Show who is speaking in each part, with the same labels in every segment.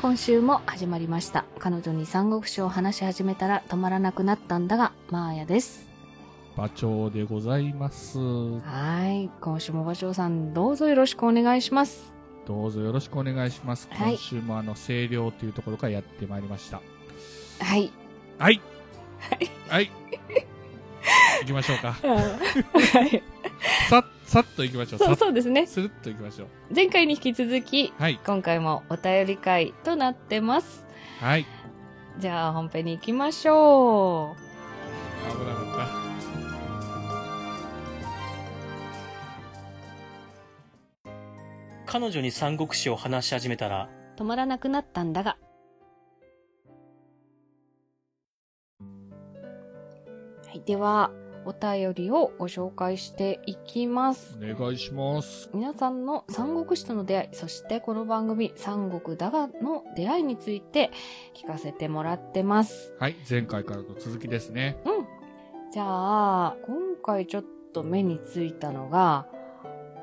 Speaker 1: 今週も始まりました。彼女に三国志を話し始めたら止まらなくなったんだが、マーヤです。
Speaker 2: 馬長でございます。
Speaker 1: はい。今週も場長さん、どうぞよろしくお願いします。
Speaker 2: どうぞよろしくお願いします。
Speaker 1: はい
Speaker 2: 今週もあの、清涼というところからやってまいりました。
Speaker 1: はい。
Speaker 2: はいはい行きましょ うか。
Speaker 1: はい。
Speaker 2: さ、さっと行きましょ う。
Speaker 1: そ
Speaker 2: さ
Speaker 1: う、
Speaker 2: っ
Speaker 1: そうですね。
Speaker 2: するっと行きましょう。
Speaker 1: 前回に引き続き、
Speaker 2: はい。
Speaker 1: 今回もお便り会となってます。
Speaker 2: はい。
Speaker 1: じゃあ本編に行きましょう。
Speaker 2: 危なかっ
Speaker 3: 彼女に三国志を話し始めたら、
Speaker 1: 止まらなくなったんだが、はい。では、お便りをご紹介していきます。
Speaker 2: た。お願いします。
Speaker 1: 皆さんの三国志との出会い、そしてこの番組、三国だがの出会いについて聞かせてもらってます。
Speaker 2: はい。前回からの続きですね。
Speaker 1: じゃあ、今回ちょっと目についたのが、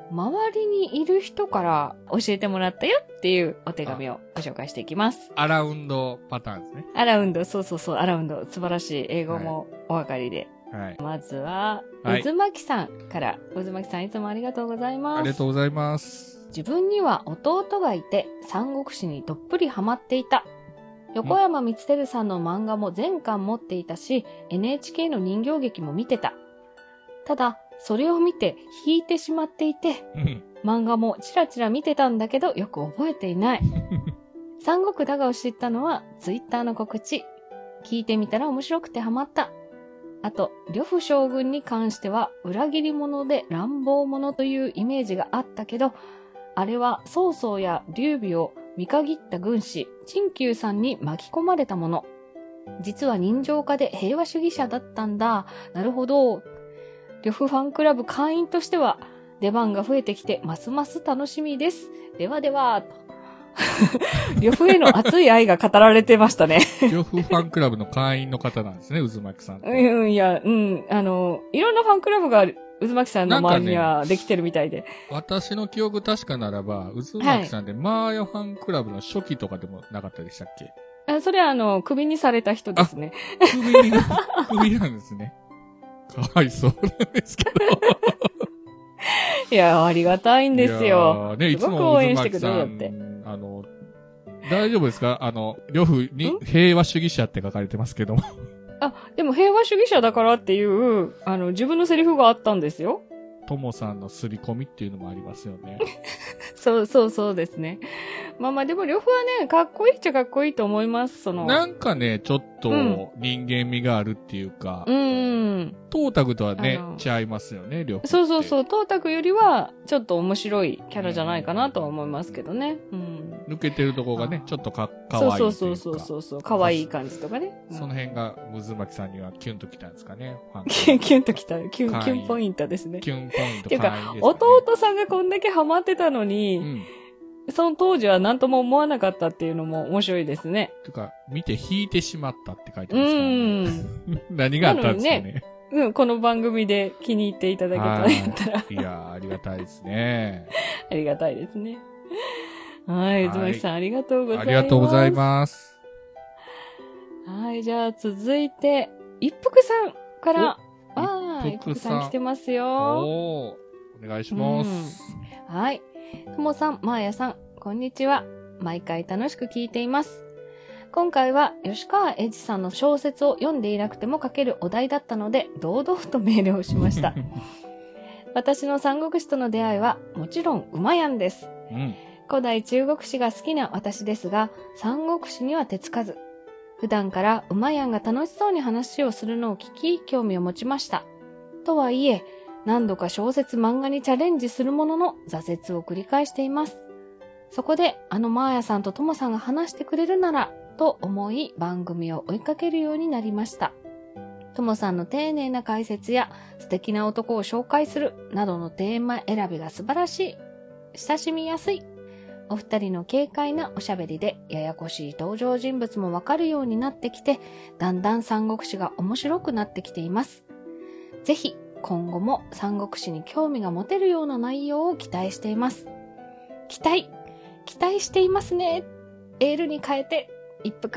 Speaker 1: 周りにいる人から教えてもらったよっていうお手紙をご紹介していきます。
Speaker 2: アラウンドパターンですね。
Speaker 1: アラウンド、そうそうそう、アラウンド、素晴らしい。英語もお分かりで。
Speaker 2: はい。
Speaker 1: まずは、
Speaker 2: はいう
Speaker 1: ずまきさんから。うずまきさん、いつもありがとうございます。
Speaker 2: ありがとうございます。
Speaker 1: 自分には弟がいて三国志にどっぷりハマっていた横山光輝さんの漫画も全巻持っていたし NHK の人形劇も見てたただそれを見て引いてしまっていて
Speaker 2: うん。
Speaker 1: 漫画もちらちら見てたんだけどよく覚えていない三国だがを知ったのはツイッターの告知聞いてみたら面白くてハマったあと呂布将軍に関しては裏切り者で乱暴者というイメージがあったけどあれは曹操や劉備を見限った軍師陳久さんに巻き込まれたもの実は人情家で平和主義者だったんだなるほど呂布ファンクラブ会員としては出番が増えてきて、ますます楽しみです。ではでは、 と。呂布への熱い愛が語られてました ね。
Speaker 2: 両夫ファンクラブの会員の方なんですね、渦巻さんって。
Speaker 1: うんうん、いや、うん、あの、いろんなファンクラブが、渦巻さんの周りにはできてるみたいで。
Speaker 2: 私の記憶確かならば、渦巻さんで、マーヤファンクラブの初期とかでもなかったでしたっけ
Speaker 1: あそれは、あの、首にされた人ですね。
Speaker 2: クビに、クビなんで すね。かわいそうなんですけど。
Speaker 1: いや、ありがたいんですよ。
Speaker 2: いやー。ね、いつ
Speaker 1: すごく
Speaker 2: も
Speaker 1: 応援
Speaker 2: 渦
Speaker 1: してく
Speaker 2: 巻
Speaker 1: れる
Speaker 2: さ
Speaker 1: よっ
Speaker 2: ん
Speaker 1: て、
Speaker 2: あの、大丈夫ですかあの、両夫に平和主義者って書かれてますけども。
Speaker 1: あ、でも平和主義者だからっていう、あの、自分のセリフがあったんですよ。
Speaker 2: ともさんの刷り込みっていうのもありますよね。
Speaker 1: そうそうそうですね。まあまあ、でも呂布はね、かっこいいっちゃかっこいいと思います、その。
Speaker 2: なんかね、ちょっと
Speaker 1: うん
Speaker 2: 人間味があるっていうか、
Speaker 1: うんうん。
Speaker 2: トータクとはね
Speaker 1: あの、
Speaker 2: 違いますよね、両夫って。
Speaker 1: そうそう
Speaker 2: う。
Speaker 1: そう、トータクよりは、ちょっと面白いキャラじゃないかなとは思いますけどね。うん。
Speaker 2: 抜けてるとこがね
Speaker 1: あ、ー
Speaker 2: ちょっとか、か
Speaker 1: そう
Speaker 2: わいいと
Speaker 1: そ
Speaker 2: いううか。
Speaker 1: そうそうそうそう、可愛い感じとかね。うん
Speaker 2: その辺が、むずまきさんにはキュンときたんですかね。ファン ク
Speaker 1: キュンキュンときた、キュン、
Speaker 2: 可愛い
Speaker 1: キュンポイントですね。
Speaker 2: キュンポイント
Speaker 1: ていうか
Speaker 2: 会員ですね
Speaker 1: 弟さんがこんだけハマってたの
Speaker 2: う
Speaker 1: に、
Speaker 2: ん。
Speaker 1: その当時は何とも思わなかったっていうのも面白いですね。
Speaker 2: てか、見て引いてしまったって書いて
Speaker 1: う
Speaker 2: ますからね。
Speaker 1: ん。
Speaker 2: 何があったんですかね。
Speaker 1: うん、この番組で気に入っていただけた
Speaker 2: は
Speaker 1: ら
Speaker 2: い
Speaker 1: やったら
Speaker 2: いやー、ありがたいですね。
Speaker 1: ありがたいですね。はい、
Speaker 2: は
Speaker 1: つ
Speaker 2: い
Speaker 1: まきさんありがとうござい
Speaker 2: あ
Speaker 1: ます。
Speaker 2: りがとうございます。
Speaker 1: はい、じゃあ続いて、一服さんから。
Speaker 2: お
Speaker 1: ああ、
Speaker 2: 一
Speaker 1: 一
Speaker 2: 服
Speaker 1: 服
Speaker 2: さん
Speaker 1: さん来てますよ。
Speaker 2: おー、お願いします。
Speaker 1: はい。ともさん、まーやさん、こんにちは。毎回楽しく聞いています。今回は吉川英治さんの小説を読んでいなくても書けるお題だったので、堂々とメールをしま した。私の三国志との出会いは、もちろん馬やんです。
Speaker 2: うん。
Speaker 1: 古代中国史が好きな私ですが、三国史には手つかず。普段から馬やんが楽しそうに話をするのを聞き、興味を持ちました。とはいえ、何度か小説漫画にチャレンジするものの挫折を繰り返しています。そこで、あのマーヤさんとトモさんが話してくれるなら、と思い番組を追いかけるようになりました。トモさんの丁寧な解説や素敵な男を紹介するなどのテーマ選びが素晴らしい。親しみやすい。お二人の軽快なおしゃべりで、ややこしい登場人物もわかるようになってきて、だんだん三国志が面白くなってきています。ぜひ、今後も三国志に興味が持てるような内容を期待しています。期待期待していますねエールに変えて、一服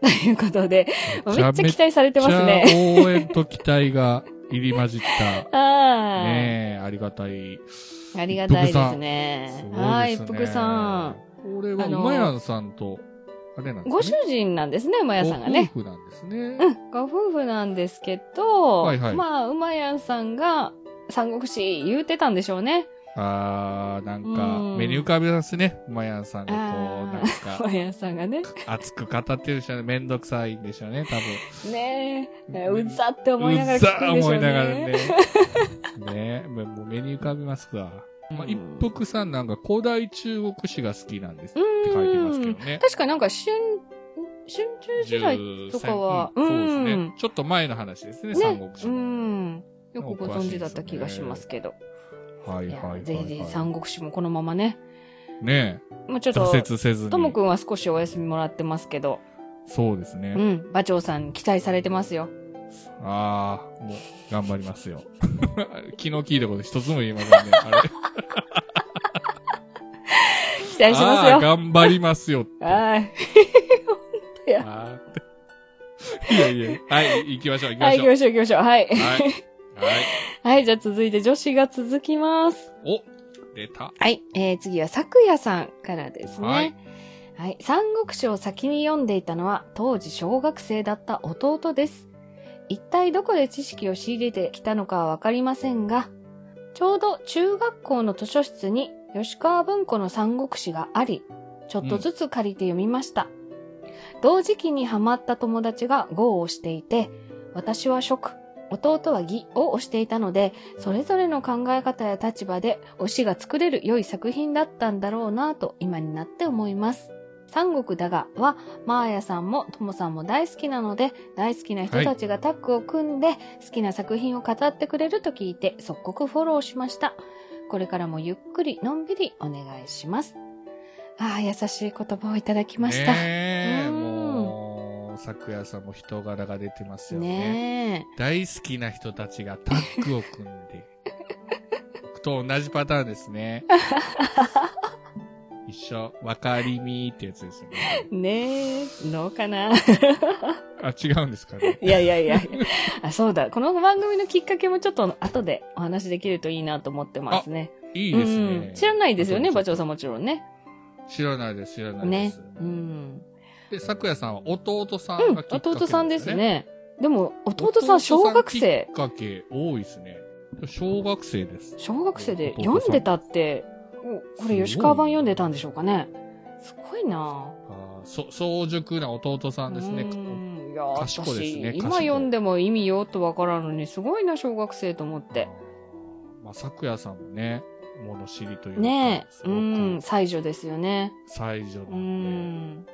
Speaker 1: ということで、めっ
Speaker 2: ちゃ
Speaker 1: ちゃ期待されてます
Speaker 2: めっ
Speaker 1: ね。
Speaker 2: ちゃ応援と期待が入り混じっ た。
Speaker 1: あー
Speaker 2: ねえ、ありがたい。
Speaker 1: ありがたいです
Speaker 2: そうです
Speaker 1: ね。
Speaker 2: ね
Speaker 1: はい、一服さん。。
Speaker 2: これは、
Speaker 1: あの
Speaker 2: 馬屋さんと、あれなんですね。
Speaker 1: ご主人なんですね、馬屋さんがね。
Speaker 2: ご夫婦なんですね。
Speaker 1: うん、ご夫婦なんですけど、
Speaker 2: はいはい
Speaker 1: まあ、馬屋さんが三国志言うてたんでしょうね。
Speaker 2: あー、なん
Speaker 1: うん
Speaker 2: か、目に浮かびますね。馬屋さんがこ
Speaker 1: あー
Speaker 2: う、なんか、
Speaker 1: 馬屋さんが ね。
Speaker 2: 熱く語ってるでしょうね。めんどくさいんでしょうね、多分。
Speaker 1: ねえ、
Speaker 2: うん
Speaker 1: うざって思いながら聞くんでしょうね。
Speaker 2: うっざー思いながらね。ね もうもう目に浮かびますが。まあ、一服さんなんか古代中国史が好きなんですって書いてますけどね。
Speaker 1: 確かなんか春、春秋時代とかは、
Speaker 2: 13うんそうです
Speaker 1: う
Speaker 2: ね
Speaker 1: ん。
Speaker 2: ちょっと前の話ですね、三国
Speaker 1: ね、
Speaker 2: 志
Speaker 1: う
Speaker 2: の。
Speaker 1: ん。よくご存知だった気がしますけど。
Speaker 2: はい
Speaker 1: い
Speaker 2: はいはいは
Speaker 1: や
Speaker 2: い。
Speaker 1: ぜひぜひ三国志もこのままね。
Speaker 2: ね
Speaker 1: もうちょっと、
Speaker 2: 挫折せずに。
Speaker 1: ともくんは少しお休みもらってますけど、
Speaker 2: そうですね。
Speaker 1: うん、馬長さん期待されてますよ。
Speaker 2: ああ、もう、頑張りますよ。 昨日聞いたこと一つも言い ませんね。あれ。
Speaker 1: 期待します
Speaker 2: あー
Speaker 1: よ。
Speaker 2: 頑張りますよって。
Speaker 1: はい。
Speaker 2: あーいやいや。はい、行きましょう、行きま
Speaker 1: はい、
Speaker 2: しょ
Speaker 1: 行き。ま
Speaker 2: う
Speaker 1: しょう行きましょう。はい。
Speaker 2: はい。はい。
Speaker 1: はい、じゃあ続いて女子が続きます。
Speaker 2: お出た。
Speaker 1: はい、えー、次は咲夜さんからですね。は
Speaker 2: はいい。
Speaker 1: 三国志を先に読んでいたのは、当時小学生だった弟です。一体どこで知識を仕入れてきたのかはわかりませんが、ちょうど中学校の図書室に吉川文庫の三国志があり、ちょっとずつ借りて読みました。同時期にハマった友達が号を押していて、私は食、弟は義を押していたので、それぞれの考え方や立場で推しが作れる良い作品だったんだろうなと今になって思います。三国だがは、マーヤさんもともさんも大好きなので、大好きな人たちがタッグを組んで、好きな作品を語ってくれると聞いて、即刻フォローしました。これからもゆっくり、のんびりお願いします。ああ、優しい言葉をいただきました。ね
Speaker 2: ねえ、
Speaker 1: うん
Speaker 2: もう、桜屋さんも人柄が出てま
Speaker 1: え。
Speaker 2: すよね。大好きな人たちがタッグを組んで。僕と同じパターンで すね。一緒。わかりみーってやつですよね。
Speaker 1: ねえ、どうかな
Speaker 2: あ、違うんですかね。
Speaker 1: いやいやいや いやあ、そうだ。この番組のきっかけもちょっと後でお話できるといいなと思ってますね。
Speaker 2: い
Speaker 1: い
Speaker 2: いですね。
Speaker 1: 知らないですよね、馬長
Speaker 2: ん。
Speaker 1: さんもちろんね。
Speaker 2: 知らないです、知らないで
Speaker 1: ね
Speaker 2: す。。
Speaker 1: うん。
Speaker 2: で、桜屋さんは弟さ
Speaker 1: うんん
Speaker 2: がきっかけ、
Speaker 1: 弟さんです。ね。でも、弟さん小学生
Speaker 2: き。っかけ多いですね。小学生です。
Speaker 1: 小学生で
Speaker 2: 弟さん
Speaker 1: 読んでたって、おこれ吉川版読んでたんでしょうかね。すごいなぁ。
Speaker 2: あーそ、早熟な弟さんですね。
Speaker 1: うんいや
Speaker 2: 賢いです
Speaker 1: 私、
Speaker 2: ね賢い
Speaker 1: 今読んでも意味よとわからんのに、すごいな、小学生と思っ
Speaker 2: あ
Speaker 1: て。
Speaker 2: ー。まあ、咲夜さんもね、物知りというか。
Speaker 1: ね
Speaker 2: す
Speaker 1: え、う
Speaker 2: ごく
Speaker 1: ん、才女ですよね。
Speaker 2: 最女
Speaker 1: う
Speaker 2: なんで。
Speaker 1: ん。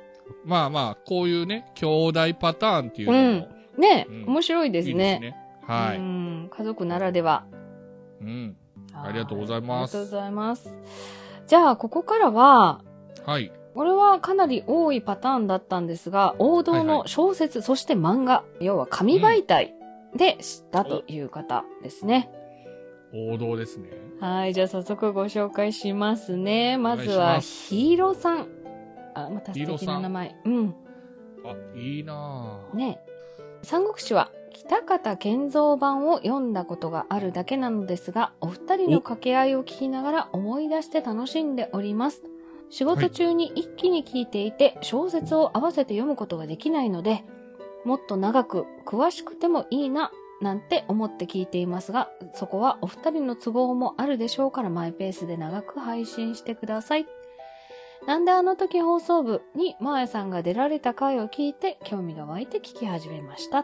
Speaker 2: まあまあ、こういうね、兄弟パターンっていうの
Speaker 1: う
Speaker 2: も
Speaker 1: んねえ、
Speaker 2: うん
Speaker 1: 面白い
Speaker 2: い
Speaker 1: で
Speaker 2: いですす
Speaker 1: ね。
Speaker 2: ね。は
Speaker 1: う
Speaker 2: い。
Speaker 1: ん、家族ならでは。
Speaker 2: うん。ありがとうございます
Speaker 1: ありがとうございます。じゃあ、ここからは、
Speaker 2: はい。
Speaker 1: これはかなり多いパターンだったんですが、王道
Speaker 2: はいは
Speaker 1: の小説、そして漫画、要は紙媒体で知ったという方ですね。
Speaker 2: 王道ですね。
Speaker 1: はい、じゃあ早速ご紹介しますね。まず
Speaker 2: お願
Speaker 1: は、
Speaker 2: いします
Speaker 1: ヒーローさん。あ、また素
Speaker 2: ヒーロー
Speaker 1: 敵
Speaker 2: さ
Speaker 1: なん名前。うん。
Speaker 2: あ、いいなぁ。
Speaker 1: ね三国志は北方健三版を読んだことがあるだけなのですがお二人の掛け合いを聞きながら思い出して楽しんでおります仕事中に一気に聞いていて、小説を合わせて読むことができないのでもっと長く詳しくてもいいななんて思って聞いていますがそこはお二人の都合もあるでしょうからマイペースで長く配信してくださいなんであの時放送部にマーヤさんが出られた回を聞いて興味が湧いて聞き始めました。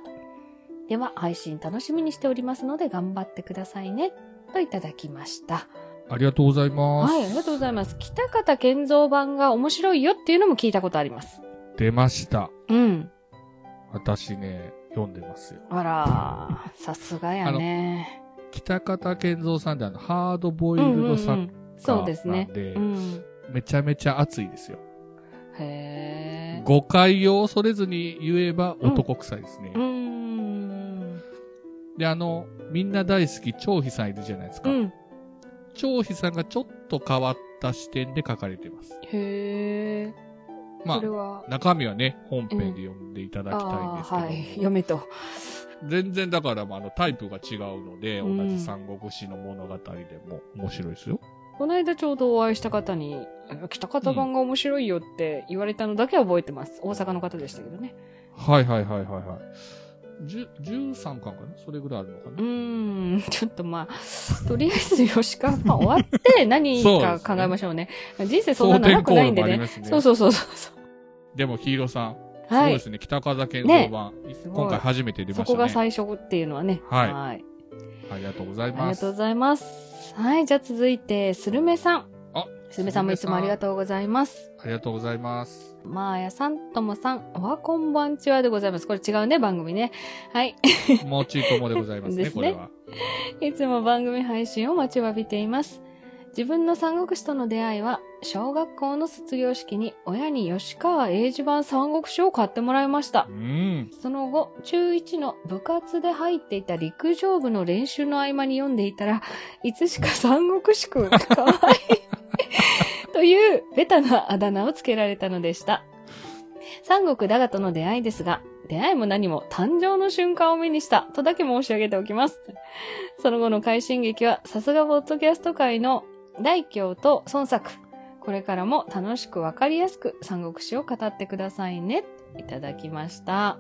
Speaker 1: では配信楽しみにしておりますので頑張ってくださいね。といただきました。
Speaker 2: ありがとうございます。
Speaker 1: はい、ありがとうございます。北方健三版が面白いよっていうのも聞いたことあります。
Speaker 2: 出ました。
Speaker 1: うん。
Speaker 2: 私ね、読んでますよ。
Speaker 1: あら、さすがやね。
Speaker 2: 北方健三さんであの、ハードボイ
Speaker 1: うん
Speaker 2: ル
Speaker 1: うんう
Speaker 2: ド作
Speaker 1: ん。そうですね
Speaker 2: なん。で
Speaker 1: うん。
Speaker 2: めちゃめちゃ熱いですよ。
Speaker 1: へえ。
Speaker 2: 誤解を恐れずに言えば男臭いですね。
Speaker 1: うーん。
Speaker 2: で、あの、みんな大好き、張飛さんいるじゃないですか。
Speaker 1: うん。
Speaker 2: 張飛さんがちょっと変わった視点で書かれてます。
Speaker 1: へえ。
Speaker 2: まあ
Speaker 1: それは、
Speaker 2: 中身はね、本編で読んでいただきたいん
Speaker 1: あ
Speaker 2: で
Speaker 1: あ
Speaker 2: すけど、
Speaker 1: ー、はい。読めと。
Speaker 2: 全然だから、まあ、あの、タイプが違うので、
Speaker 1: うん
Speaker 2: 同じ三国志の物語でも面白いですよ。
Speaker 1: この間ちょうどお会いした方に、北方版が面白いよって言われたのだけは覚えてます。大阪の方でしたけどね。
Speaker 2: はいはいはいはいはい。じゅ13巻かなそれぐらいあるのかな
Speaker 1: うーん、ちょっとまあ、とりあえず吉川版終わって何か考えましょうね。人生そんな長くないんで
Speaker 2: あり
Speaker 1: ね。
Speaker 2: ますね。
Speaker 1: そうそうそうそ
Speaker 2: でも、ヒーローさん、
Speaker 1: う。
Speaker 2: すご
Speaker 1: はい
Speaker 2: で
Speaker 1: い。
Speaker 2: すね。北風健三版、
Speaker 1: すご
Speaker 2: 今
Speaker 1: い
Speaker 2: 回初めて出
Speaker 1: そ
Speaker 2: まし
Speaker 1: こ
Speaker 2: た
Speaker 1: が
Speaker 2: ね。
Speaker 1: 最初っていうのはね。
Speaker 2: はい
Speaker 1: はい。
Speaker 2: ありがとうござい
Speaker 1: あり
Speaker 2: ま
Speaker 1: がとう
Speaker 2: す。
Speaker 1: ございます。はい、じゃあ続いて、スルメさん。
Speaker 2: あ
Speaker 1: スルメさんもいつもありがとうございます。
Speaker 2: ありがとうございます。
Speaker 1: まーやさん、ともさん、おはこんばんちはでございます。これ違うね、番組ね。はい。
Speaker 2: もちともでございます ね、
Speaker 1: です
Speaker 2: こ
Speaker 1: ね
Speaker 2: れは。
Speaker 1: いつも番組配信を待ちわびています。自分の三国志との出会いは、小学校の卒業式に親に吉川英治版三国志を買ってもらいました
Speaker 2: う。ん。
Speaker 1: その後、中1の部活で入っていた陸上部の練習の合間に読んでいたら、いつしか三国志くん、かわいい。という、ベタなあだ名をつけられたのでした。三国だがとの出会いですが、出会いも何も誕生の瞬間を目にした、とだけ申し上げておきます。その後の快進撃は、さすがポッドキャスト界の大京と孫作。これからも楽しくわかりやすく三国志を語ってくださいね。いただきました。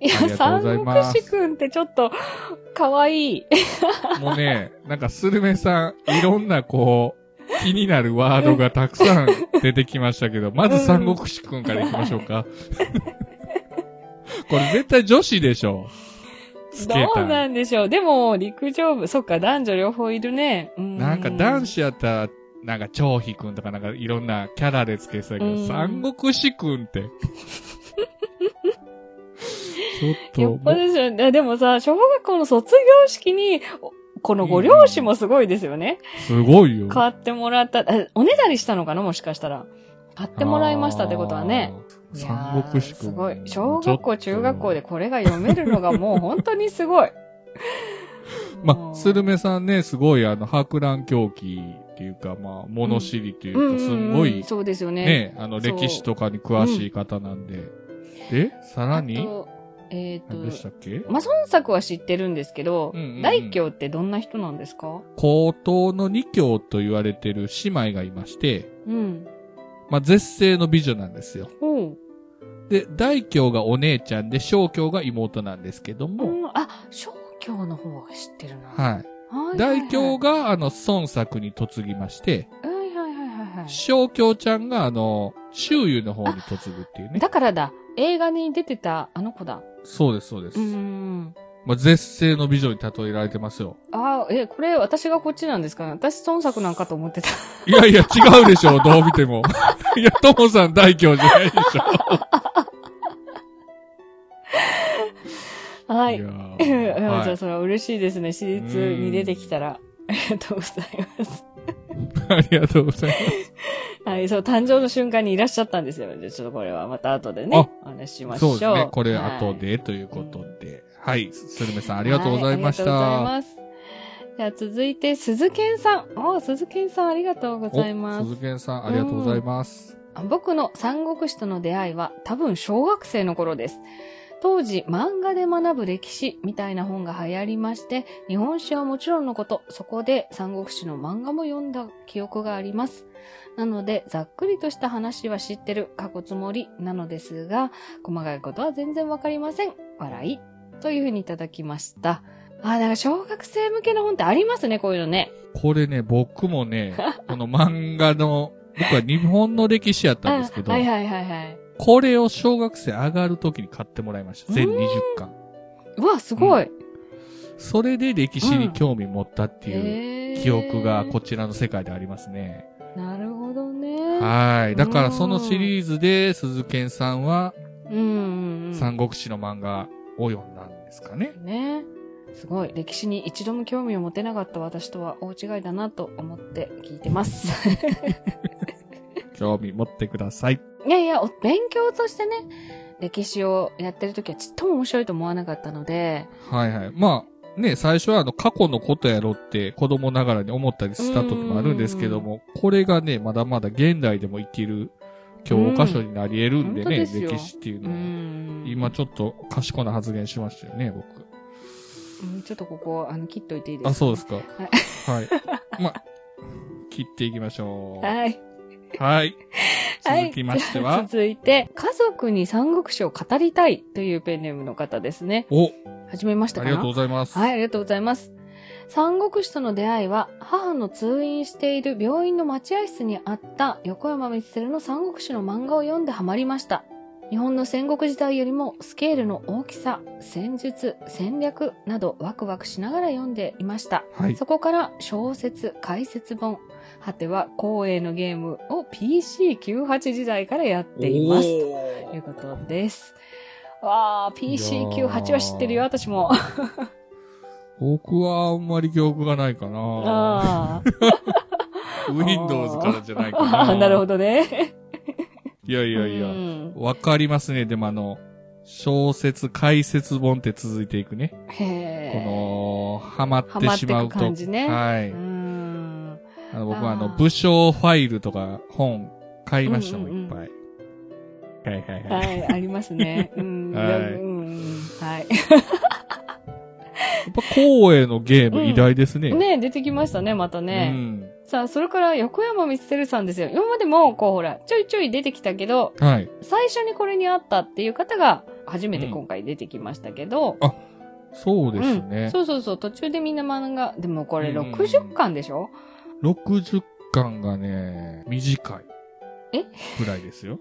Speaker 1: い
Speaker 2: あり
Speaker 1: や、
Speaker 2: がとうご
Speaker 1: 三
Speaker 2: ざい
Speaker 1: 国
Speaker 2: ます
Speaker 1: 志くんってちょっと、かわいい。
Speaker 2: もうね、なんかスルメさん、いろんなこう、気になるワードがたくさん出てきましたけど、まず三国志くんからいきましょうか。 これ絶対女子でしょ。スケータ
Speaker 1: どう
Speaker 2: ー。
Speaker 1: なんでしょう。でも、陸上部、そっか、男女両方いるね。うん
Speaker 2: なんか男子やったら、なんか張飛くんとかなんかいろんなキャラでつけてたけ
Speaker 1: う
Speaker 2: ど、
Speaker 1: ん
Speaker 2: 三国志くん って。ちょっと、
Speaker 1: よっぽど
Speaker 2: もう
Speaker 1: でしょ。いやでもさ、小学校の卒業式に、おこのご両親もすごいですよね。
Speaker 2: すごいよ。
Speaker 1: 買ってもらった、あおねだりしたのかなもしかしたら。買ってもらいましたってことはね。
Speaker 2: あー。三国志
Speaker 1: いやー
Speaker 2: くん。
Speaker 1: すごい。小学校、中学校で
Speaker 2: ち
Speaker 1: これが読めるのがもう本当にすごい。
Speaker 2: ょっと。まあ、スルメさんね、すごい、あの、博覧狂気っていうか、まあ、物知りといううんか、
Speaker 1: うんうん
Speaker 2: すんごい、
Speaker 1: そうですよね。
Speaker 2: ね、あの、
Speaker 1: そう
Speaker 2: 歴史とかに詳しい方なんで。で、さら
Speaker 1: あ
Speaker 2: に、
Speaker 1: とえっ、
Speaker 2: 何でし
Speaker 1: と
Speaker 2: た、っけ
Speaker 1: まあ、孫作は知ってるんですけど、
Speaker 2: うんうんうん
Speaker 1: 大京ってどんな人なんですか
Speaker 2: 高等の二教と言われてる姉妹がいまして、
Speaker 1: うん。
Speaker 2: まあ、絶世の美女なんですよ。
Speaker 1: おう。
Speaker 2: で、大教がお姉ちゃんで、小教が妹なんですけども、
Speaker 1: うんあ、小京の方は知ってるな。
Speaker 2: は
Speaker 1: は
Speaker 2: い。
Speaker 1: いはいはい
Speaker 2: 大教が、あの、孫作に嫁ぎまして、
Speaker 1: はいはいはいはいは
Speaker 2: 小京ちゃんが、あの、周遊の方に嫁ぐっていう
Speaker 1: い。
Speaker 2: ね。
Speaker 1: だからだ、映画に出てたあの子だ。
Speaker 2: そうです、そうです。
Speaker 1: うーん。
Speaker 2: まあ、絶世の美女に例えられてますよ。
Speaker 1: ああ、え、これ私がこっちなんですかね私孫作なんかと思ってた。
Speaker 2: いやいや、違う でしょう、どう見ても。いや、ともさん大凶じゃないでしょ。
Speaker 1: はい。
Speaker 2: や
Speaker 1: じ
Speaker 2: ー
Speaker 1: ゃ
Speaker 2: は
Speaker 1: あ
Speaker 2: い。
Speaker 1: それは嬉しいですね。史実に出てきたら。ありがとうございます。
Speaker 2: ありがとうございます。
Speaker 1: はい、そう、誕生の瞬間にいらっしゃったんですよ。じゃあちょっとこれはまた後でね、お話ししましょう。
Speaker 2: そうですね、これ
Speaker 1: はい
Speaker 2: 後でということで。はい、スルメさんありがとうございまし
Speaker 1: はい
Speaker 2: た。
Speaker 1: ありがとうございます。じゃあ続いて、鈴健さん。お鈴健さんありがとうございま
Speaker 2: お
Speaker 1: す
Speaker 2: 鈴。賢さんありがとうございます。
Speaker 1: 僕の三国志との出会いは多分小学生の頃です。当時、漫画で学ぶ歴史みたいな本が流行りまして、日本史はもちろんのこと、そこで三国志の漫画も読んだ記憶があります。なので、ざっくりとした話は知ってる、過去つもりなのですが、細かいことは全然わかりません。笑い。というふうにいただきました。ああ、だから小学生向けの本ってありますね、こういうのね。
Speaker 2: これね、僕もね、 この漫画の、僕は日本の歴史やったんですけど
Speaker 1: あ、はいはいはいはい。
Speaker 2: これを小学生上がるときに買ってもらいました。全20巻。
Speaker 1: うわ、すごい。
Speaker 2: それで歴史に興味持ったっていう
Speaker 1: いう
Speaker 2: 記憶がこちらの世界でありますね。
Speaker 1: なるほどね。
Speaker 2: はい。だからそのシリーズで鈴賢さんは
Speaker 1: うんうんうん。
Speaker 2: 三国志の漫画を読んだんですかね。
Speaker 1: ね。すごい。歴史に一度も興味を持てなかった私とは大違いだなと思って聞いて ます。
Speaker 2: 興味持ってください。
Speaker 1: いやいや、お勉強としてね、歴史をやってる時はちっとも面白いと思わなかったので、
Speaker 2: はいはい。まあ、ね、最初はあの過去のことやろって子供ながらに思ったりした時もあるんですけども、これがね、まだまだ現代でも生きる教科書になり得るんでね、
Speaker 1: うん本当ですよ
Speaker 2: 歴史っていう
Speaker 1: う
Speaker 2: のは。
Speaker 1: ん。
Speaker 2: 今ちょっと賢な発言しましたよね、僕。
Speaker 1: うんちょっとここ、あの、切っといていいですか
Speaker 2: あ、そう ですか。はい。ま、切っていきましょう。
Speaker 1: はい。
Speaker 2: はい。
Speaker 1: はい
Speaker 2: 続きましては、
Speaker 1: 続いて、家族に三国志を語りたいというペンネームの方ですね。
Speaker 2: お、
Speaker 1: はじめました
Speaker 2: あ
Speaker 1: かな
Speaker 2: りがとうございます。
Speaker 1: はい、ありがとうございます。三国志との出会いは、母の通院している病院の待合室にあった横山光輝の三国志の漫画を読んでハマりました。日本の戦国時代よりもスケールの大きさ、戦術、戦略などワクワクしながら読んでいました。
Speaker 2: はい。
Speaker 1: そこから小説、解説本、果ては光栄のゲームを PC98 時代からやっています。ということです。わあ、PC98 は知ってるよ、
Speaker 2: いやー
Speaker 1: 私も。
Speaker 2: 僕はあんまり記憶がないかな。
Speaker 1: あ
Speaker 2: Windows からじゃないか
Speaker 1: あ
Speaker 2: な。
Speaker 1: ー、なるほ。どね。
Speaker 2: いやい
Speaker 1: い
Speaker 2: やいや。わかりますね。でもあの、小説、解説本って続いていくね。こ
Speaker 1: へえ。
Speaker 2: の、ハマってしまうと。
Speaker 1: ハマってく感じね
Speaker 2: は
Speaker 1: う
Speaker 2: い。
Speaker 1: ん。
Speaker 2: あの僕はあの、
Speaker 1: あー
Speaker 2: 武将ファイルとか本買いましたもん、
Speaker 1: うんうんうん
Speaker 2: いっぱい。はいはいは。
Speaker 1: はいい、ありますね。うん。
Speaker 2: はい
Speaker 1: うんはい。
Speaker 2: やっぱ光栄のゲーム
Speaker 1: うん
Speaker 2: 偉大ですね。
Speaker 1: ね出てきましたね、また
Speaker 2: う
Speaker 1: ね。
Speaker 2: ん。
Speaker 1: さあ、それから横山光輝さんですよ。今までも、こう、ほら、ちょいちょい出てきたけど、
Speaker 2: はい。
Speaker 1: 最初にこれにあったっていう方が、初めて今回出てきましたけど、
Speaker 2: そうです
Speaker 1: うん
Speaker 2: ね。
Speaker 1: そうそうそう、途中でみんな漫画、でもこれ
Speaker 2: うん
Speaker 1: 60巻でしょ
Speaker 2: 60巻がね、短い。
Speaker 1: え
Speaker 2: ぐらいですよ。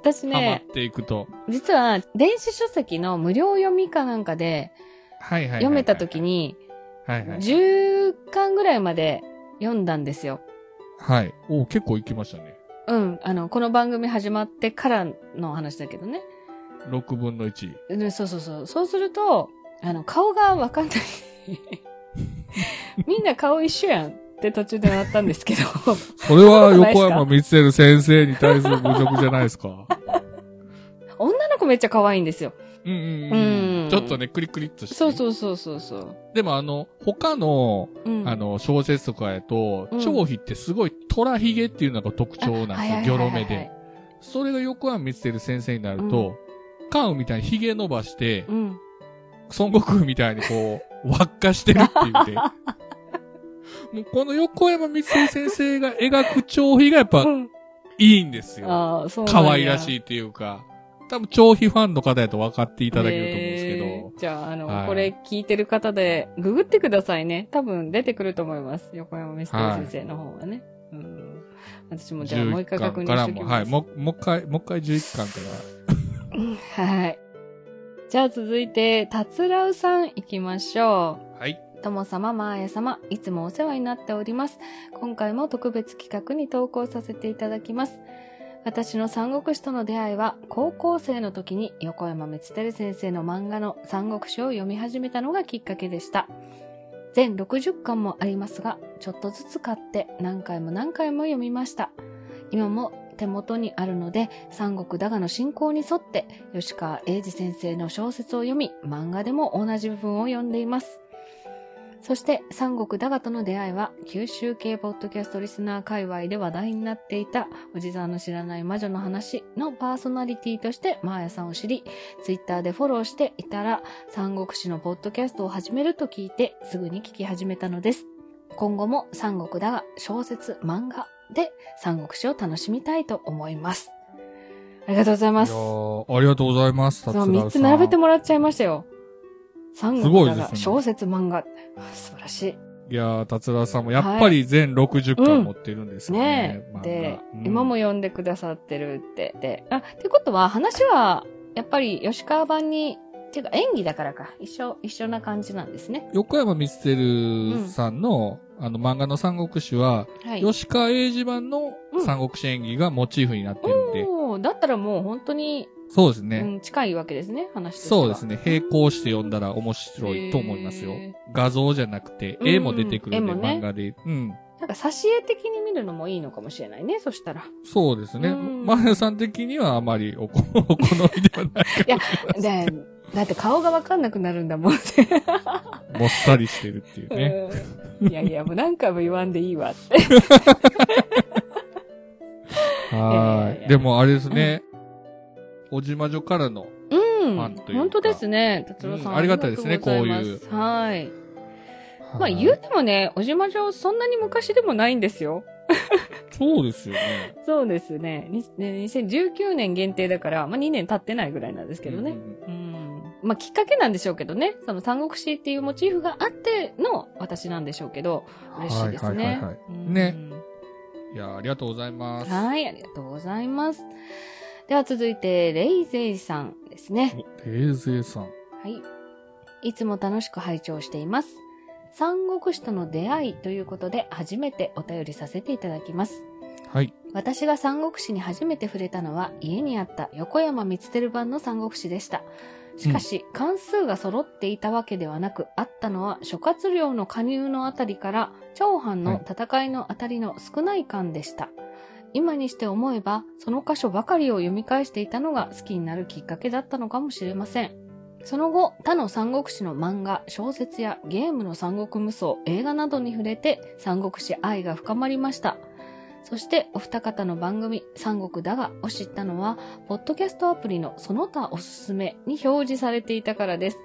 Speaker 1: 私
Speaker 2: ハマ
Speaker 1: ね
Speaker 2: っ、ていくと。
Speaker 1: 実は、電子書籍の無料読みかなんかで、
Speaker 2: はいはいはいはい。
Speaker 1: 読めた時。に、
Speaker 2: はいはい。
Speaker 1: 10巻ぐらいまで読んだんですよ。
Speaker 2: はい。お結構いきましたね。
Speaker 1: うん。あの、この番組始まってからの話だけどね。
Speaker 2: 6分の1。
Speaker 1: うんそうそうそう。そうすると、あの、顔がわかんない。みんな顔一緒やんって途中でなったんですけど。
Speaker 2: それは横山光輝先生に対する侮辱じゃないで すか。
Speaker 1: 女の子めっちゃ可愛いんですよ。
Speaker 2: うんうん
Speaker 1: う
Speaker 2: うんん。ちょっとね、クリクリっとして。
Speaker 1: そうそうそうそうそう。
Speaker 2: でもあの、他の、
Speaker 1: うん。
Speaker 2: あの、小説とかやと
Speaker 1: うん、
Speaker 2: 蝶皮ってすごい虎ひげっていうのが特徴
Speaker 1: あ
Speaker 2: な
Speaker 1: は
Speaker 2: ん
Speaker 1: いはいはいはい
Speaker 2: ですよ、ギョロ目で。それが横山光輝先生になると、カウみたいにひげ伸ばして
Speaker 1: う、ん。
Speaker 2: 孫悟空みたいにこう、輪っかしてるって いうて。もうこの横山光輝先生が描く蝶皮がやっぱ
Speaker 1: うん
Speaker 2: いいんですよ。
Speaker 1: ああ、そうなんや
Speaker 2: 可愛らしいっていうか、多分長皮ファンの方やと分かっていただけると思うんですけど、
Speaker 1: えーじゃあ、あの、
Speaker 2: はい
Speaker 1: これ聞いてる方で、ググってくださいね。多分出てくると思います。横山ミステル先生の方がね。うん。私もじゃあもう一回確
Speaker 2: 11
Speaker 1: 認
Speaker 2: 巻から
Speaker 1: しておき
Speaker 2: も、
Speaker 1: ます。
Speaker 2: はい、もう、もう一回、もう一回11巻から。
Speaker 1: うんはい。じゃあ続いて、たつらうさん行きましょう。
Speaker 2: はい。
Speaker 1: とも様、まーや様、いつもお世話になっております。今回も特別企画に投稿させていただきます。私の三国志との出会いは、高校生の時に横山光輝先生の漫画の三国志を読み始めたのがきっかけでした。全60巻もありますが、ちょっとずつ買って何回も何回も読みました。今も手元にあるので、三国だがの進行に沿って、吉川英治先生の小説を読み、漫画でも同じ部分を読んでいます。そして、三国だがとの出会いは、九州系ポッドキャストリスナー界隈で話題になっていた、おじさんの知らない魔女の話のパーソナリティとして、マーヤさんを知り、ツイッターでフォローしていたら、三国志のポッドキャストを始めると聞いて、すぐに聞き始めたのです。今後も三国だが、小説、漫画で三国志を楽しみたいと思います。ありがとうございます。
Speaker 2: いや
Speaker 1: そ
Speaker 2: ーありがとうございます、
Speaker 1: う、
Speaker 2: 達郎さん
Speaker 1: 3つ並べてもらっちゃいましたよ。三
Speaker 2: すご
Speaker 1: 国
Speaker 2: い
Speaker 1: だ
Speaker 2: で
Speaker 1: が、
Speaker 2: すね
Speaker 1: 小説、漫画。素晴らしい。
Speaker 2: いやー、達郎さんもやっぱり全60
Speaker 1: うん
Speaker 2: 巻持ってるんですよね
Speaker 1: ね。
Speaker 2: 漫画
Speaker 1: で、
Speaker 2: うん
Speaker 1: 今も読んでくださってるって。で、あ、ってことは、話は、やっぱり吉川版に、っていうか演技だからか、一緒、一緒な感じなんですね。
Speaker 2: 横山光輝さんの、あの漫画の三国志は、
Speaker 1: はい。
Speaker 2: 吉川英治版の
Speaker 1: うん
Speaker 2: 三国志演技がモチーフになってるんで、
Speaker 1: おーだったらもう本当に、
Speaker 2: そうです
Speaker 1: う
Speaker 2: ね。
Speaker 1: ん、近いわけですね、話としては
Speaker 2: そうです。ね。並行して読んだら面白いと思いますよ
Speaker 1: へー。
Speaker 2: 画像じゃなくて、
Speaker 1: うん
Speaker 2: 絵も出てくるん
Speaker 1: 絵
Speaker 2: で、
Speaker 1: もね
Speaker 2: 漫画で。うん。
Speaker 1: なんか、挿絵的に見るのもいいのかもしれないね、そしたら。
Speaker 2: そうですね。
Speaker 1: うん
Speaker 2: マヤさん的にはあまりお好 お好みでは ない
Speaker 1: いや、で、だって顔がわかんなくなるんだもんね。
Speaker 2: もっさりしてるっていうね。
Speaker 1: うんいやいや、もう何回も言わんでいいわって。
Speaker 2: はい
Speaker 1: やいやいや
Speaker 2: い。でもあれですね、おじまじょからの、
Speaker 1: うん
Speaker 2: ファンというか
Speaker 1: 本当ですね、達郎さん。
Speaker 2: うんありがたいですね
Speaker 1: ありがとござます
Speaker 2: こうい
Speaker 1: はい。まあ言うてもね、小島城そんなに昔でもないんですよ。
Speaker 2: そうですよね。
Speaker 1: そうですね。にね2019年限定だから、まあ2年経ってないぐらいなんですけどね。うん。まあきっかけなんでしょうけどね。その三国志っていうモチーフがあっての私なんでしょうけど、嬉しいですね。
Speaker 2: はいはいはいはい
Speaker 1: うん
Speaker 2: ねいや、ありがとうございます。
Speaker 1: はい、ありがとうございます。では続いて、レイゼイさんですね。
Speaker 2: お平成さん。
Speaker 1: はい。いつも楽しく拝聴しています。三国志との出会いということで初めてお便りさせていただきます。
Speaker 2: はい。
Speaker 1: 私が三国志に初めて触れたのは家にあった横山光輝版の三国志でした。しかし、関数が揃っていたわけではなく、あったのは諸葛亮の加入のあたりから、長藩の戦いのあたりの少ない間でした。今にして思えば、その箇所ばかりを読み返していたのが好きになるきっかけだったのかもしれません。その後、他の三国志の漫画、小説やゲームの三国無双、映画などに触れて、三国志愛が深まりました。そして、お二方の番組、三国だがを知ったのは、ポッドキャストアプリのその他おすすめに表示されていたからです。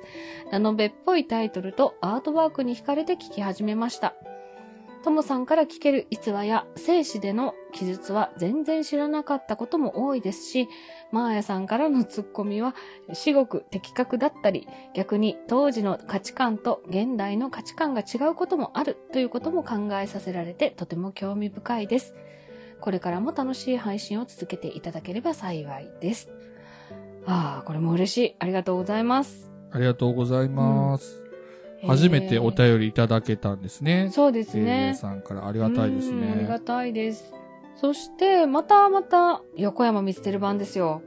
Speaker 1: ラノベっぽいタイトルとアートワークに惹かれて聞き始めました。ともさんから聞ける逸話や生死での記述は全然知らなかったことも多いですし、マーヤさんからのツッコミは至極的確だったり、逆に当時の価値観と現代の価値観が違うこともあるということも考えさせられてとても興味深いです。これからも楽しい配信を続けていただければ幸いです。ああ、これも嬉しい。ありがとうございます。
Speaker 2: ありがとうございます。初めてお
Speaker 1: り。
Speaker 2: 便りいただけたんですね。
Speaker 1: そうです
Speaker 2: 平成
Speaker 1: ね。
Speaker 2: さんからありがたいです
Speaker 1: うんありが
Speaker 2: ね。
Speaker 1: たいです。そして、またまた、横山見つてる版ですよ。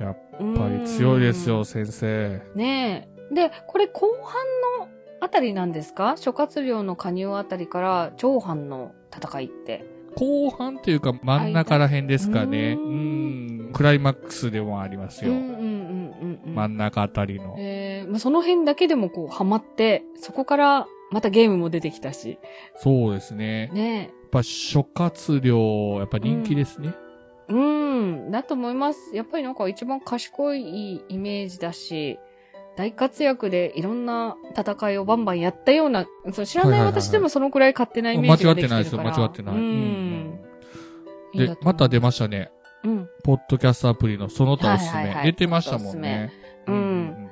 Speaker 2: やっ
Speaker 1: ぱ
Speaker 2: やっぱり強いですよ、。先生。
Speaker 1: ねえ。で、これ後半のあたりなんですか諸葛亮の加入あたりから長藩の戦いって。
Speaker 2: 後半というか真ん中ら辺ですかね。
Speaker 1: う
Speaker 2: うんん。クライマックスでもあります
Speaker 1: うん
Speaker 2: よ
Speaker 1: う。んうんうんうん。
Speaker 2: 真ん中あたりの。
Speaker 1: えーまあ、その辺だけでもこうハマって、そこからまたゲームも出てきたし。
Speaker 2: そうですね。やっ
Speaker 1: ね
Speaker 2: ぱ諸葛亮、やっぱ人気ですね。
Speaker 1: え。うん、だと思います。やっぱりなんか一番賢いイメージだし、大活躍でいろんな戦いをバンバンやったような、そう知ら
Speaker 2: は
Speaker 1: ないい
Speaker 2: はいはいはい
Speaker 1: 私でもそのくらい勝手なイメ
Speaker 2: 間
Speaker 1: ージ
Speaker 2: 違
Speaker 1: が
Speaker 2: っ
Speaker 1: で
Speaker 2: て
Speaker 1: きて
Speaker 2: ない
Speaker 1: るか
Speaker 2: ですよ、
Speaker 1: ら。
Speaker 2: 間違ってない。
Speaker 1: う
Speaker 2: うん
Speaker 1: ん。いいんだ
Speaker 2: で
Speaker 1: と、思う
Speaker 2: また出ましたね。
Speaker 1: うん。
Speaker 2: ポッドキャストアプリのその他おすす
Speaker 1: はいはいは
Speaker 2: め。
Speaker 1: い
Speaker 2: 出てましたもんね。
Speaker 1: うん
Speaker 2: ん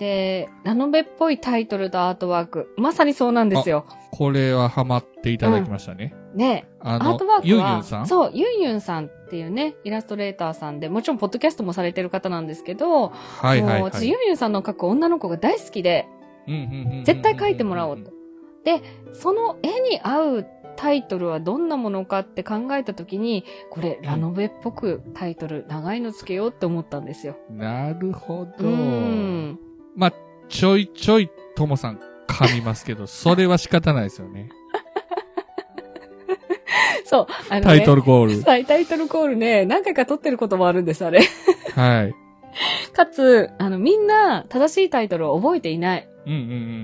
Speaker 1: で、ラノベっぽいタイトルとアートワーク。まさにそうなんですよ。
Speaker 2: これはハマっていただきましたね。
Speaker 1: ね
Speaker 2: あ
Speaker 1: アー
Speaker 2: の
Speaker 1: トワークは、、
Speaker 2: ユンユンさん
Speaker 1: そう、ユンユンさんっていうね、イラストレーターさんで、もちろんポッドキャストもされてる方なんですけど、
Speaker 2: はいはい
Speaker 1: もう
Speaker 2: は
Speaker 1: 私ユ
Speaker 2: い。
Speaker 1: ンユンさんの描く女の子が大好きで、絶対描いてもらおうと。で、その絵に合うタイトルはどんなものかって考えたときに、これ、ラノベっぽくタイトル、長いのつけようって思ったんですよ。
Speaker 2: と。なるほ
Speaker 1: う
Speaker 2: ど。
Speaker 1: ん。
Speaker 2: まあ、ちょいちょい、ともさん噛みま すけど、それは仕方ないですよね。
Speaker 1: そう、あの、ね、
Speaker 2: タイトルコー ル。
Speaker 1: はいタイトルコールね、何回か撮ってることもあるんです、あれ。
Speaker 2: はい。
Speaker 1: かつ、あの、みんな正しいタイトルを覚えていない。
Speaker 2: うんうん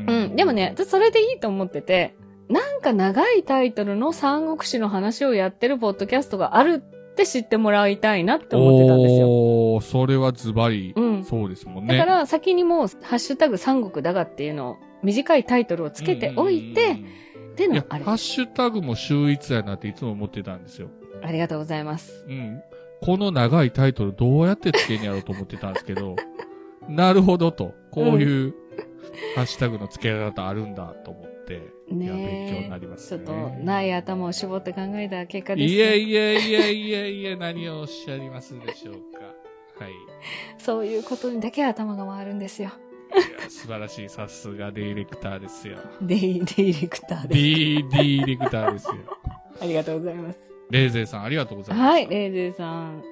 Speaker 1: う
Speaker 2: うん。
Speaker 1: ん。でもね、、私それでいいと思ってて、なんか長いタイトルの三国志の話をやってるポッドキャストがあるって知ってもらいたいなって思ってたんですよ。
Speaker 2: おー、それはズバリ、
Speaker 1: うん
Speaker 2: そうですもんね。
Speaker 1: だか、ら先にもう、ハッシュタグ三国だがっていうのを短いタイトルをつけておいて、、で
Speaker 2: い
Speaker 1: の
Speaker 2: や、
Speaker 1: あ
Speaker 2: ハ
Speaker 1: れ。
Speaker 2: ッシュタグも秀逸やなっていつも思ってたんですよ。
Speaker 1: ありがとうございます。
Speaker 2: うん。この長いタイトルどうやってつけんやろうと思ってたんです けど、なるほどと、こういううハッシュタグの付け方あるんだと思って、いや、
Speaker 1: ねえ
Speaker 2: 勉強になります
Speaker 1: ちょ
Speaker 2: ね。
Speaker 1: っと、ない頭を絞って考えた結果です、
Speaker 2: いえ
Speaker 1: ね。
Speaker 2: いえいえいえいえ、何をおっしゃりますでしょうか。はい。
Speaker 1: そういうことにだけ頭が回るんですよ。
Speaker 2: いや素晴らしい、さすがディレクターですよ。
Speaker 1: デイ、 デイレクターです。
Speaker 2: D、ディレクターですよ。
Speaker 1: ありがとうございます。
Speaker 2: レーゼーさん、ありがとうございます。
Speaker 1: はい、レイゼーさん。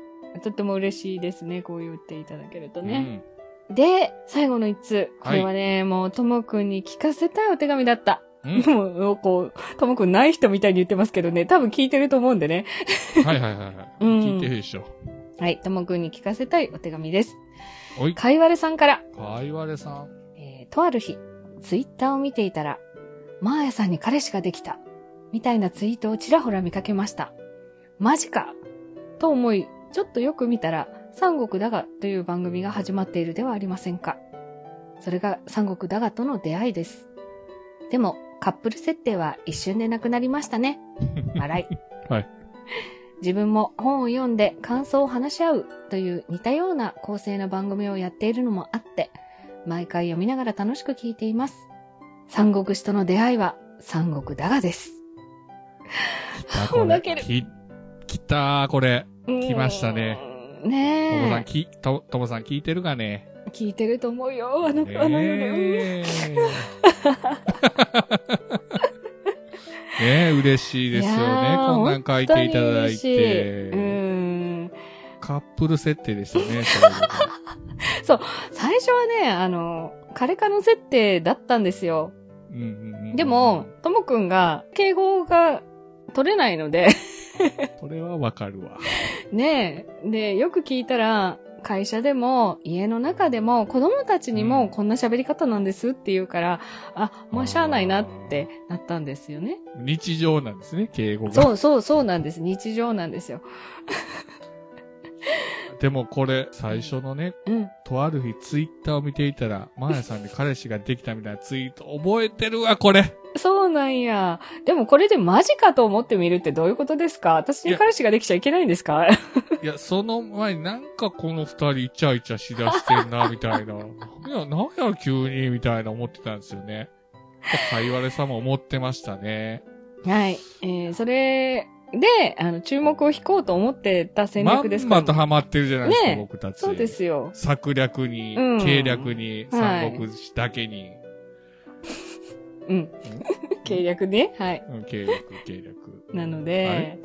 Speaker 1: とっても嬉しいですね。こう言っていただけると
Speaker 2: うん
Speaker 1: ね。で、最後の一通。これはね、もう、ともくんに聞かせたいお手紙だった。
Speaker 2: うん
Speaker 1: もう、こう、ともくんない人みたいに言ってますけどね、多分聞いてると思うんでね。
Speaker 2: はいはいはいはい。
Speaker 1: うん
Speaker 2: 聞いてるでしょ。
Speaker 1: はい、ともくんに聞かせたいお手紙です。
Speaker 2: おい、か
Speaker 1: かいわれさんから、
Speaker 2: いわれさん。
Speaker 1: えーとある日、ツイッターを見ていたら、マーヤさんに彼氏ができた、みたいなツイートをちらほら見かけました。マジかと思い、ちょっとよく見たら、三国だがという番組が始まっているではありませんか。それが三国だがとの出会いです。でも、カップル設定は一瞬でなくなりましたね。笑い。
Speaker 2: はい。
Speaker 1: 自分も本を読んで感想を話し合うという似たような構成の番組をやっているのもあって、毎回読みながら楽しく聞いています。三国志との出会いは三国だがです。
Speaker 2: あこれ
Speaker 1: 泣ける
Speaker 2: き、来たー、これ。来ましたね
Speaker 1: うーん。
Speaker 2: ともさん、
Speaker 1: ね
Speaker 2: き、と、ともさん聞いてるかね。
Speaker 1: え。聞いてると思うよ。あの、あの夜うん
Speaker 2: ねえ。ねえ、嬉しいですよ
Speaker 1: い
Speaker 2: ね。
Speaker 1: やー
Speaker 2: こんなん書いていただい
Speaker 1: 嬉しいう
Speaker 2: て。
Speaker 1: ん。
Speaker 2: カップル設定でし たね。そういうの
Speaker 1: 最初はね、あの、カレカの設定だったんですよ。
Speaker 2: うんうんうん
Speaker 1: でも、、ともくんが、敬語が取れないので、
Speaker 2: それはわかるわ。
Speaker 1: ねえ。で、よく聞いたら、会社でも、家の中でも、子供たちに
Speaker 2: うん
Speaker 1: もこんな喋り方なんですって言うから、あ、もうしゃあないなってなったんですよね。
Speaker 2: 日常なんですね、敬語が。
Speaker 1: そうそうそうなんです。日常なんですよ。
Speaker 2: でもこれ、最初のね、
Speaker 1: うん。
Speaker 2: とある日ツイッターを見ていたら、マーヤさんに彼氏ができたみたいなツイート覚えてるわ、これ。
Speaker 1: そうなんや。でもこれでマジかと思ってみるってどういうことですか私に彼氏ができちゃいけないんですか
Speaker 2: いや、その前になんかこの二人イチャイチャしだしてんな、みたいな。い や、なんや急に、みたいな思ってたんですよね。かいわれさんも思ってましたね。
Speaker 1: はい。えー、それで、あの、注目を引こうと思ってた戦
Speaker 2: ま
Speaker 1: 略
Speaker 2: ん
Speaker 1: ですか
Speaker 2: ま
Speaker 1: ら
Speaker 2: とハマってるじゃないですか、
Speaker 1: ねえ
Speaker 2: 僕たち。
Speaker 1: そうですよ。
Speaker 2: 策略に、
Speaker 1: うん
Speaker 2: 計略に、
Speaker 1: はい
Speaker 2: 三国志だけに、
Speaker 1: うん。 計略ね。はい。
Speaker 2: うん計略、計略。
Speaker 1: なの
Speaker 2: あ
Speaker 1: で
Speaker 2: れ、